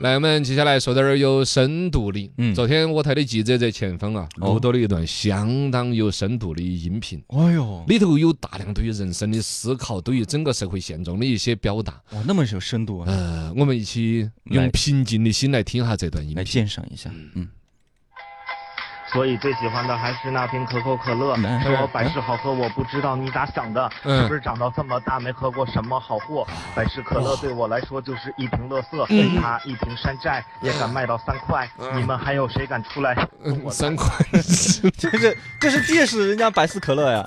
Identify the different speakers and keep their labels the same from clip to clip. Speaker 1: 来，我们接下来说点儿有深度的。
Speaker 2: 嗯
Speaker 1: 昨天我台的记者在前方啊，
Speaker 2: 哦
Speaker 1: 录到了一段相当有深度的音频，
Speaker 2: 哎呦，
Speaker 1: 里头有大量对于人生的思考，对于整个社会现状的一些表达。
Speaker 2: 哇，那么有深度啊！
Speaker 1: 呃，我们一起
Speaker 2: 来
Speaker 1: 用平静的心来听一下这段音
Speaker 2: 来
Speaker 1: 频。
Speaker 2: 鉴赏一下，嗯，
Speaker 3: 所以最喜欢的还是那瓶可口可乐。
Speaker 2: 嗯
Speaker 3: 说百事好喝，我不知道你咋想的，
Speaker 1: 嗯
Speaker 3: 是不是长到这么大没喝过什么好货？百事可乐对我来说就是一瓶乐色，它一瓶山寨也敢卖到三块，你们还有谁敢出来？
Speaker 1: 嗯，
Speaker 3: 我
Speaker 1: 三块，
Speaker 2: 这是这是蔑视人家百事可乐呀？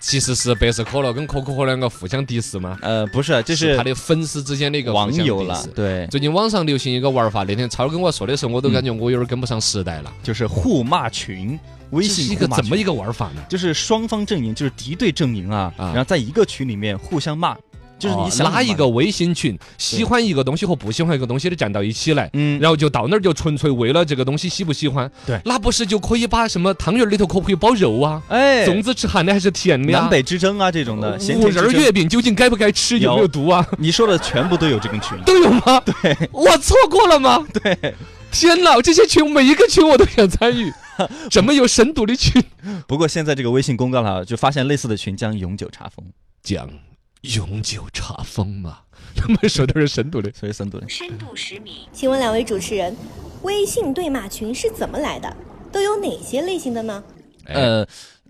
Speaker 1: 其实是百事可乐跟可口可乐两个互相敌视吗？
Speaker 2: 呃，不是，这
Speaker 1: 他的粉丝之间的一个互
Speaker 2: 网
Speaker 1: 相
Speaker 2: 友
Speaker 1: 敌
Speaker 2: 了
Speaker 1: 视，
Speaker 2: 对，
Speaker 1: 最近网上流行一个玩法，那天超儿跟我说的时候，我都感觉我有点跟不上时代了。
Speaker 2: 就是互骂群，嗯微
Speaker 1: 这是
Speaker 2: 信
Speaker 1: 一个
Speaker 2: 互骂
Speaker 1: 怎么
Speaker 2: 群
Speaker 1: 一个玩法呢？
Speaker 2: 就是双方阵营，就是敌对阵营啊，
Speaker 1: 啊
Speaker 2: 然后在一个群里面互相骂，就是你想
Speaker 1: 哦拉
Speaker 2: 怎么
Speaker 1: 一
Speaker 2: 骂
Speaker 1: 个，微信群，喜欢一个东西和不喜欢一个东西的站到一起来。
Speaker 2: 嗯，
Speaker 1: 然后就到那儿就纯粹为了这个东西喜不喜欢，
Speaker 2: 对
Speaker 1: 那不是就可以把什么汤圆儿里头可不可以包肉啊，
Speaker 2: 哎，
Speaker 1: 粽子吃寒的还是甜的呀？
Speaker 2: 南北之争啊这种的，咸
Speaker 1: 五
Speaker 2: 甜
Speaker 1: 仁儿
Speaker 2: 之争，
Speaker 1: 月 饼究竟该不该吃，有没有
Speaker 2: 有
Speaker 1: 毒啊？
Speaker 2: 你说的全部都有这个群，
Speaker 1: 都有吗？对，我错过了吗？对，天哪，这些群每一个群我都想参 与，怎么有深度的群？
Speaker 2: 不过现在这个微信公告了，就发现类似的群将永久查封，
Speaker 1: 讲永久查封嘛， 他们说都是深度的。
Speaker 2: 所以森杜人
Speaker 4: 深度十米。
Speaker 5: 请问两位主持人，微信对骂群是怎么来的？都有哪些类型的呢？
Speaker 2: 呃。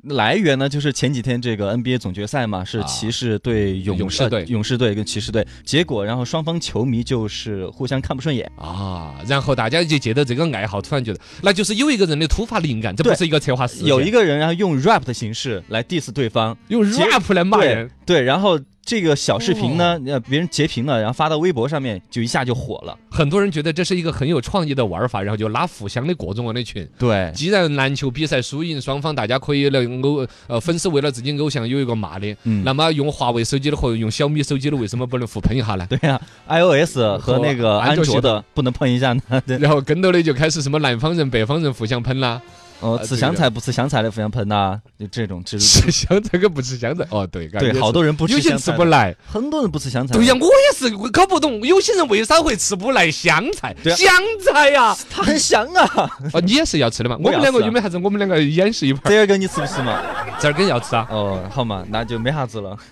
Speaker 2: 来源呢，就是前几天这个 NBA 总决赛嘛，是
Speaker 1: 啊
Speaker 2: 骑士对勇
Speaker 1: 勇士队
Speaker 2: 呃勇士队跟骑士队，结果然后双方球迷就是互相看不顺眼，
Speaker 1: 啊，然后大家就借着这个爱好，突然觉得那就是有一个人的突发灵感，这不
Speaker 2: 对
Speaker 1: 是一个策划思
Speaker 2: 有一
Speaker 1: 个
Speaker 2: 个人然后用 rap 的形式来 diss 对方，
Speaker 1: 用 rap 来骂人，
Speaker 2: 对，对，然后这个小视频呢，
Speaker 1: 哦
Speaker 2: 呃，别人截屏了，然后发到微博上面，就一下就火了。
Speaker 1: 很多人觉得这是一个很有创意的玩法，然后就拉互相的各种各样的群。
Speaker 2: 对，
Speaker 1: 既然篮球比赛输赢双方大家可以能偶呃粉丝为了自己偶像有一个骂的，
Speaker 2: 嗯
Speaker 1: 那么用华为手机的和用小米手机的为什么不能互喷一下呢？
Speaker 2: 对呀、i o s 和那个
Speaker 1: 安
Speaker 2: 安
Speaker 1: 卓系
Speaker 2: 卓
Speaker 1: 统啊
Speaker 2: 的不能碰一下呢。 对，
Speaker 1: 然后跟头的就开始什么南方人北方人互相喷啦，
Speaker 2: 哦，
Speaker 1: 啊
Speaker 2: 此
Speaker 1: 对
Speaker 2: 想
Speaker 1: 的
Speaker 2: 踩不此想踩的，不想喷呐， 就这种之
Speaker 1: 吃香这个不吃香的哦，对，感觉
Speaker 2: 对，好
Speaker 1: 是
Speaker 2: 多人不
Speaker 1: 有
Speaker 2: 吃
Speaker 1: 些人
Speaker 2: 香
Speaker 1: 吃
Speaker 2: 菜
Speaker 1: 不
Speaker 2: 的，
Speaker 1: 来。
Speaker 2: 很多人不吃香菜的。
Speaker 1: 对呀，我也是搞不懂，有些人为啥会吃不来香菜？
Speaker 2: 对啊
Speaker 1: 香菜呀、啊，
Speaker 2: 它很香啊。
Speaker 1: 哦你也是要吃的嘛？我
Speaker 2: 我也
Speaker 1: 们
Speaker 2: 要
Speaker 1: 两个
Speaker 2: 吃啊
Speaker 1: 有没有啥子？我们两个演示一盘儿，
Speaker 2: 第二个你吃不吃嘛？
Speaker 1: 这儿跟要吃啊？
Speaker 2: 哦，好嘛，那就没啥子了。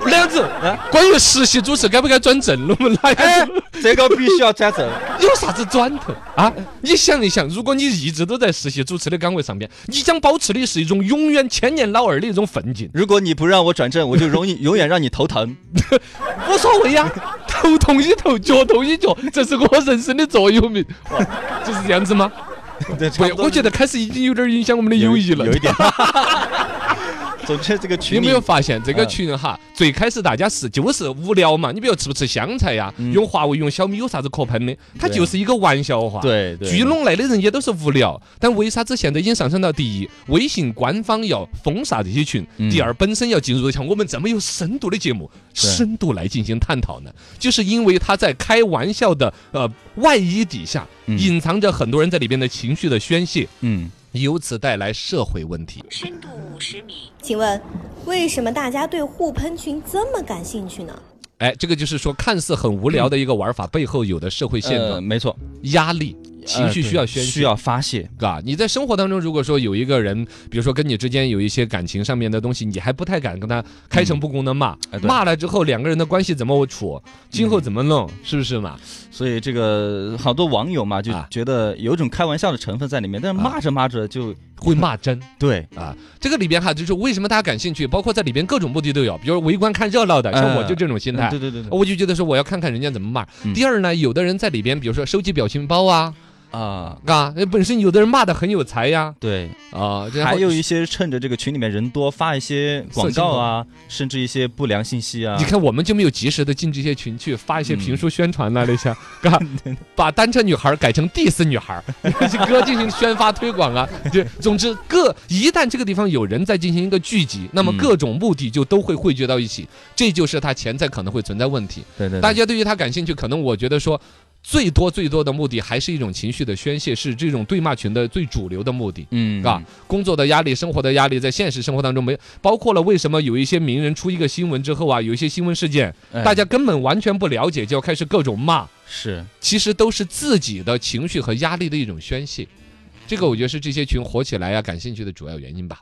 Speaker 1: 老子啊关于实习主持该不该转正了，我们哪
Speaker 2: 哎
Speaker 1: 有，
Speaker 2: 这个必须要转正。
Speaker 1: 有啥子转头啊？你想一想，如果你一直都在实习主持的岗位上面，你将保持的是一种永远千年老二的一种奋进，
Speaker 2: 如果你不让我转正，我就容易永远让你头疼。
Speaker 1: 无所谓呀、 头痛医头，脚痛医脚，这是我人生的座右铭，哇就是这样子吗？
Speaker 2: 对，
Speaker 1: 不，我觉
Speaker 2: 得
Speaker 1: 得开始已经有点影响我们的友谊了，
Speaker 2: 有一点。 总之，这个群
Speaker 1: 你有
Speaker 2: 里
Speaker 1: 没有发现这个
Speaker 2: 嗯
Speaker 1: 群哈？最开始大家是就是无聊嘛，你比如吃不吃香菜呀？用华为、用小米有啥子可喷的？它
Speaker 2: 嗯对
Speaker 1: 就是一个玩笑话。。
Speaker 2: 对对
Speaker 1: 聚拢来的人也都是无聊，但为啥子现在已经上升到第一？微信官方要封杀这些群，
Speaker 2: 嗯
Speaker 1: 第二本身要进入像我们这么有深度的节目，深度来进行探讨呢？就是因为他在开玩笑的呃外衣底下，
Speaker 2: 嗯
Speaker 1: 隐藏着很多人在里边的情绪的宣泄，
Speaker 2: 嗯，
Speaker 1: 由此带来社会问题。
Speaker 4: 深度五十米，
Speaker 5: 请问，为什么大家对互喷群这么感兴趣呢？
Speaker 1: 哎，这个就是说，看似很无聊的一个玩法，背后有的社会现
Speaker 2: 呃，
Speaker 1: 状、
Speaker 2: 没错，
Speaker 1: 压力、情
Speaker 2: 呃
Speaker 1: 绪
Speaker 2: 对
Speaker 1: 需要宣
Speaker 2: 需
Speaker 1: 泄。
Speaker 2: 要发泄，
Speaker 1: 啊，你在生活当中，如果说有一个人，比如说跟你之间有一些感情上面的东西，你还不太敢跟他开诚布公的骂，
Speaker 2: 哎对
Speaker 1: 骂了之后两个人的关系怎么处，今后怎么弄，是不是嘛？
Speaker 2: 所以这个好多网友嘛就
Speaker 1: 啊
Speaker 2: 觉得有一种开玩笑的成分在里面，但是骂着骂着就
Speaker 1: 会骂
Speaker 2: 嗯
Speaker 1: 真
Speaker 2: 对，
Speaker 1: 啊！这个里边哈，就是为什么大家感兴趣，包括在里边各种目的都有，比如围观看热闹的，像我就这种心态
Speaker 2: 嗯，对对对对，
Speaker 1: 我就觉得说我要看看人家怎么骂。
Speaker 2: 嗯
Speaker 1: 第二呢，有的人在里边，比如说收集表情包啊，
Speaker 2: 啊，
Speaker 1: 啊，那本身有的人骂的很有才呀，
Speaker 2: 对，
Speaker 1: 啊，然后
Speaker 2: 还有一些趁着这个群里面人多发一些广告啊，甚至一些不良信息啊
Speaker 1: 你。看，我们就没有及时的进这些群去发一些
Speaker 2: 嗯
Speaker 1: 评书宣传呐、那些， 嘎，把单车女孩改成 diss 女 孩，歌进行宣发推广啊。就总之，各一旦这个地方有人在进行一个聚集，那么
Speaker 2: 嗯
Speaker 1: 各种目的就都会汇聚到一起，这就是它潜在可能会存在问题。
Speaker 2: 对对，对
Speaker 1: 大家对于它感兴趣，可能我觉得说。最多最多的目的还是一种情绪的宣泄，是这种对骂群的最主流的目的。
Speaker 2: 嗯
Speaker 1: 啊，工作的压力、生活的压力，在现实生活当中没包括了。为什么有一些名人出一个新闻之后啊，有一些新闻事件，
Speaker 2: 哎
Speaker 1: 大家根本完全不了解，就要开始各种骂，
Speaker 2: 是
Speaker 1: 其实都是自己的情绪和压力的一种宣泄。这个我觉得是这些群火起来呀、感兴趣的主要原因吧。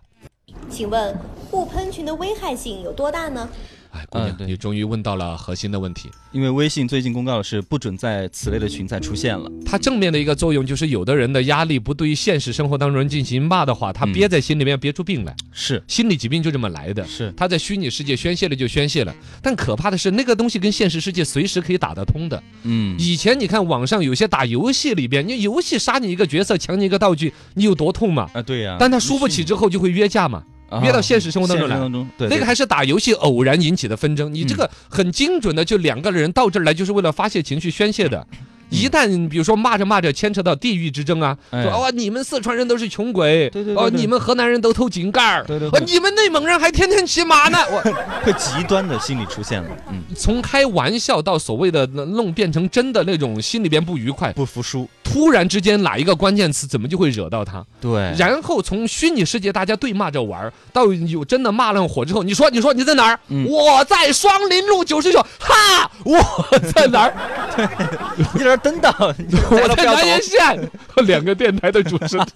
Speaker 5: 请问互喷群的危害性有多大呢？
Speaker 1: 哎，姑娘
Speaker 2: 嗯，对
Speaker 1: 你终于问到了核心的问题。
Speaker 2: 因为微信最近公告是不准在此类的群再出现了。
Speaker 1: 它正面的一个作用就是，有的人的压力不对于现实生活当中人进行骂的话，他
Speaker 2: 嗯
Speaker 1: 憋在心里面憋出病来，
Speaker 2: 是
Speaker 1: 心理疾病就这么来的。
Speaker 2: 是，
Speaker 1: 他在虚拟世界宣泄了就宣泄了，但可怕的是那个东西跟现实世界随时可以打得通的。
Speaker 2: 嗯，
Speaker 1: 以前你看网上有些打游戏里边，你游戏杀你一个角色，抢你一个道具，你有多痛嘛？
Speaker 2: 啊对呀，
Speaker 1: 但他输不起之后就会约架嘛，
Speaker 2: 啊
Speaker 1: 约到现实生活当中
Speaker 2: 现
Speaker 1: 来
Speaker 2: 实当中对
Speaker 1: 那
Speaker 2: 对
Speaker 1: 个还是打游戏偶然引起的纷争，你这
Speaker 2: 嗯
Speaker 1: 个很精准的就两个人到这儿来就是为了发泄情绪宣泄的。
Speaker 2: 嗯
Speaker 1: 一旦比如说骂着骂着牵扯到地域之争啊，
Speaker 2: 哎
Speaker 1: 说哦你们四川人都是穷鬼，
Speaker 2: 对对对
Speaker 1: 哦
Speaker 2: 对
Speaker 1: 你们河南人都偷井盖儿，
Speaker 2: 对对
Speaker 1: 哦
Speaker 2: 对
Speaker 1: 你们内蒙人还天天骑马呢，我
Speaker 2: 会极端的心理出现了，嗯，
Speaker 1: 从开玩笑到所谓的弄变成真的那种心里边不愉快，
Speaker 2: 不服输，
Speaker 1: 突然之间哪一个关键词怎么就会惹到他？
Speaker 2: 对，
Speaker 1: 然后从虚拟世界大家对骂着玩儿，到有真的骂烂火之后，你说你说你在哪儿？
Speaker 2: 嗯
Speaker 1: 我在双林路九十九，哈，我在哪儿？
Speaker 2: 你在这儿等等，我
Speaker 1: 我在南延县。 两个电台的主持人，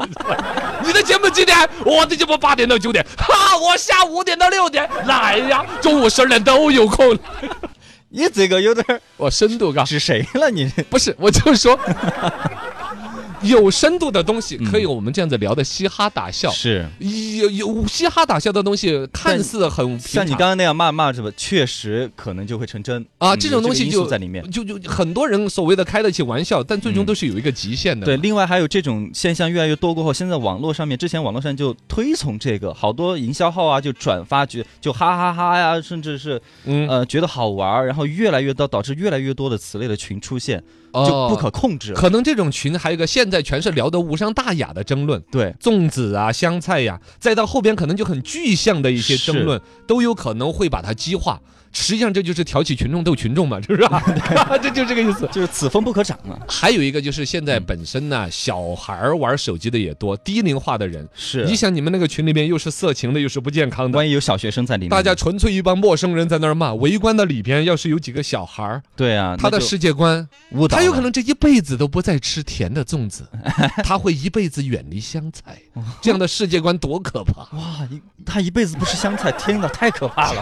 Speaker 1: 你的节目几点？我的节目八点到九点，哈，我下午五点到六点来呀，中午十二点都有空。
Speaker 2: 你这个有点 儿
Speaker 1: 我深度高。
Speaker 2: 指谁了你？
Speaker 1: 不是，我就是说， 有深度的东西可
Speaker 2: 嗯
Speaker 1: 以我们这样子聊的嘻哈打笑，
Speaker 2: 是
Speaker 1: 有有嘻哈打笑的东西，看似很平
Speaker 2: 像你
Speaker 1: 常
Speaker 2: 刚刚那样骂骂什么，确实可能就会成真
Speaker 1: 啊，
Speaker 2: 嗯
Speaker 1: 这种
Speaker 2: 有
Speaker 1: 东西
Speaker 2: 个因素
Speaker 1: 就嗯
Speaker 2: 在里面。
Speaker 1: 就就很多人所谓的开得起玩笑，但最终
Speaker 2: 嗯
Speaker 1: 都是有一个极限的。
Speaker 2: 对，，另外还有这种现象越来越多过后，现在网络上面，之前网络上就推崇这个，好多营销号啊就转发觉就哈哈哈呀，甚至是
Speaker 1: 嗯，
Speaker 2: 呃觉得好玩儿，然后越来越多，导致越来越多的此类的群出现，就不可
Speaker 1: 哦。
Speaker 2: 控制了。
Speaker 1: 可能这种群还有一个，现在全是聊得无伤大雅的争论，
Speaker 2: 对，
Speaker 1: 粽子啊、香菜呀、再到后边可能就很具象的一些
Speaker 2: 是
Speaker 1: 争论，都有可能会把它激化。实际上这就是挑起群众斗群众嘛，是不是啊？ 这就这个意思。
Speaker 2: 就是此风不可长嘛。
Speaker 1: 还有一个就是现在
Speaker 2: 嗯
Speaker 1: 本身呢，小孩儿玩手机的也多，低龄化的人。
Speaker 2: 是
Speaker 1: 你想，你们那个群里面又是色情的，又是不健康的，
Speaker 2: 万一有小学生在里面，
Speaker 1: 大家纯粹一帮陌生人在那儿骂，围观的里边要是有几个小孩儿，
Speaker 2: 对啊，
Speaker 1: 他
Speaker 2: 那
Speaker 1: 的
Speaker 2: 就
Speaker 1: 世界观，
Speaker 2: 误导
Speaker 1: 他有可
Speaker 2: 了
Speaker 1: 能这一辈子都不再吃甜的粽 子，他会一辈子远离香菜，这样的世界观多可怕！
Speaker 2: 哇，一他一辈子不吃香菜，天哪，太可怕了。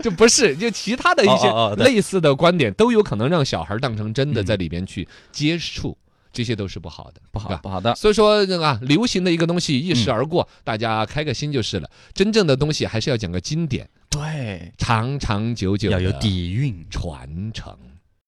Speaker 1: 这不是，就其他的一些
Speaker 2: 哦哦哦对嗯
Speaker 1: 类似的观点，都有可能让小孩儿当成真的在里边去接触，这些都是不好的，
Speaker 2: 不
Speaker 1: 是
Speaker 2: 好
Speaker 1: 吧
Speaker 2: 不好的，
Speaker 1: 所以说这个啊，流行的一个东西一
Speaker 2: 嗯
Speaker 1: 时而过，大家开个心就是了。真正的东西还是要讲个经典，
Speaker 2: 对，
Speaker 1: 长长久久
Speaker 2: 要有
Speaker 1: 的
Speaker 2: 底蕴。
Speaker 1: 传承。